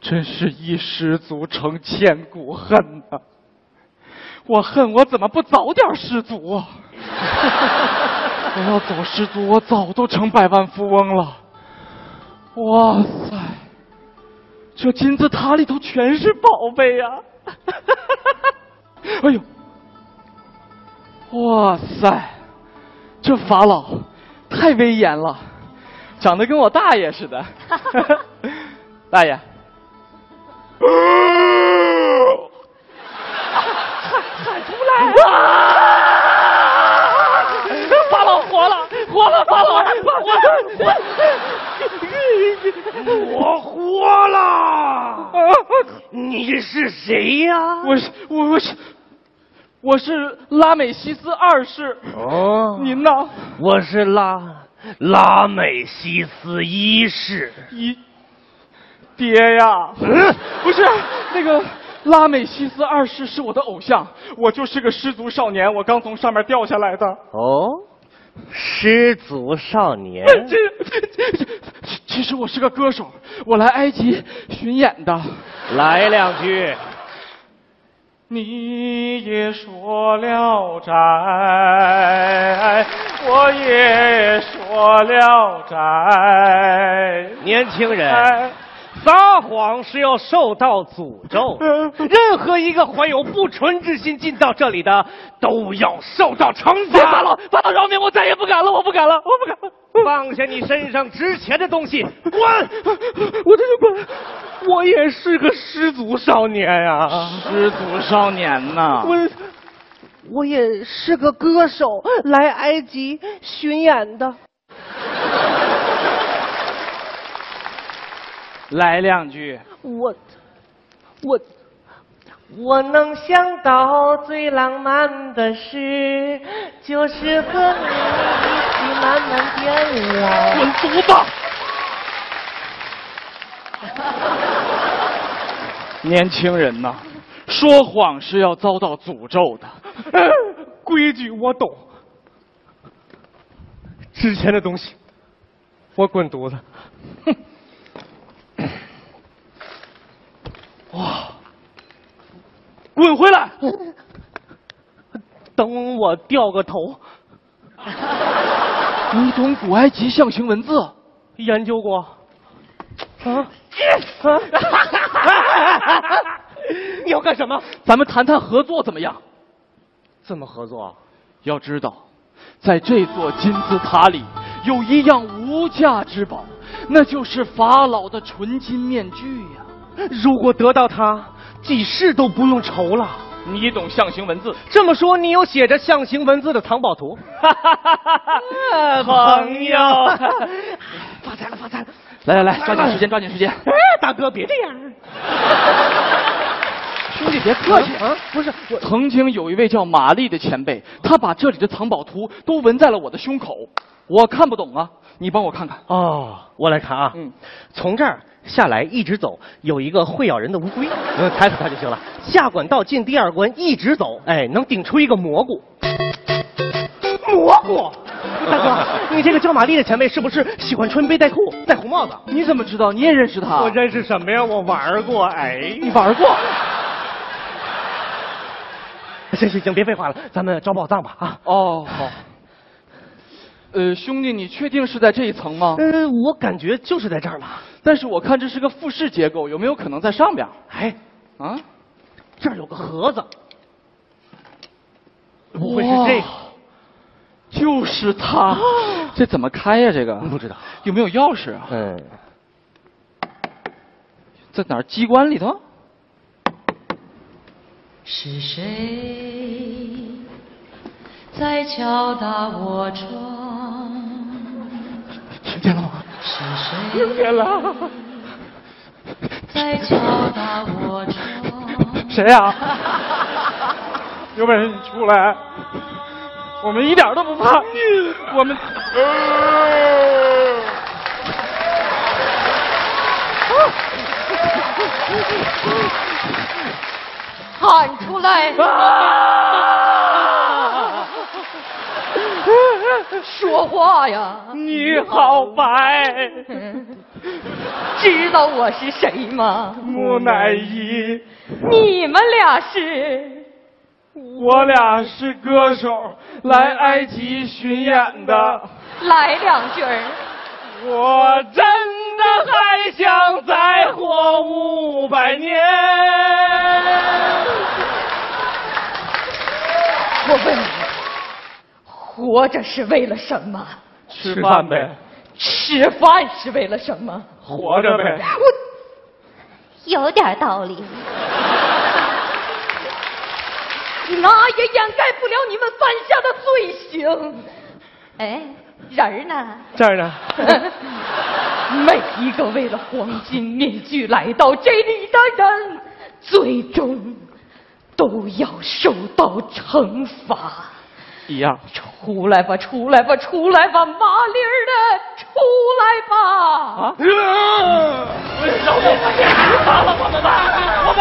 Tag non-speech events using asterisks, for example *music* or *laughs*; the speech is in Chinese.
真是一失足成千古恨呐、我恨我怎么不早点失足啊！我要早失足，我早都成百万富翁了。哇塞，这金字塔里头全是宝贝呀、 *laughs* 哎呦，哇塞，这法老太威严了，长得跟我大爷似的。大爷，喊出来、法老活了，活了，法老活了，活了，我活了！你是谁呀、 *laughs* 我是我我是我是拉美西斯二世，哦您呢？我是拉拉美西斯一世。一爹呀，嗯，不是那个拉美西斯二世是我的偶像，我就是个失足少年，我刚从上面掉下来的。哦，失足少年。这这 *laughs* 其实我是个歌手，我来埃及巡演的。 *laughs* 来两句。你也说了斋，我也说了斋。年轻人，哎，撒谎是要受到诅 *laughs* 咒。任何一个怀有不纯之心进到这里的，都要受到惩罚。法老，法老饶命！我再也不敢了，我不敢了，我不敢了。 *laughs* 放下你身上值钱的东西， *laughs* 滚！我这就滚！我也是个失足少年啊呀、失足少年呐我我也是个歌手，来埃及巡演的。来两句。我，我，我能想到最浪漫的事，就是和你一起慢慢变老。滚犊子！年轻人呐、说谎是要遭到诅咒的。哎规矩我懂，值钱的东西，我滚犊子！滚回来！等我掉个头，你懂古埃及象形文字？研究过。啊！你要干什么？咱们谈谈合作怎么样？怎么合作？啊要知道，在这座金字塔里有一样无价之宝，那就是法老的纯金面具呀、如果得到它，几世都不用愁了。你懂象形文 *laughs* 字？这么说，你有写着象形文字的藏宝图？哈哈哈哈 *laughs* 朋友发财了，发财了！ *laughs* 来来来，抓紧时 *laughs* 间，抓紧时间。哎，大哥，别这样！ *laughs* 兄弟，别客气。啊，不是我，嗯曾经有一位叫玛丽的前辈，他把这里的藏宝图都纹在了我的胸口，我看不懂啊，你帮我看看。哦，我来看啊，嗯从这儿下来一直走，有一个会咬人的乌龟，嗯，踩死它就行了。下管道进第二关，一直走，哎，能顶出一个蘑菇。蘑菇，大哥，你这个叫玛丽的前辈是不是喜欢穿背带裤、戴红帽子？你怎么知道？你也认识他？认识什么呀？我玩过，哎你玩过？行行行，别废话了，咱们找宝藏吧啊。哦，好。呃，兄弟，你确定是在这一层吗？呃，我感觉就是在这儿吧。但是我看这是个复式结构，有没有可能在上边？哎，啊？这儿有个盒子，不会是这个？啊哇就是它。这怎么开呀、这个不知道。有没有钥匙啊？嗯。在哪儿？机关里头？是谁在敲打我窗？听见了吗？是谁听见了？在敲打我 *laughs* 窗。谁呀、有本事你出来！我们一点都不怕，我们呃喊出来！啊说话呀！你好白，知道我是谁吗？木乃伊，你们俩是我俩是歌手，来埃及巡演的。来两句儿。我真的还想再活五百年。我问你，活着是为了什么？吃饭呗，吃饭是为了什么？活着呗。有点道理。那也掩盖不了你们犯下的罪行。哎，人儿呢？这儿呢？ *laughs* 每一个为了黄金面具来到这里的人，最终都要受到惩罚。一样。出来吧，出来吧，出来吧，麻利儿的，出来吧！啊！饶命！饶命！我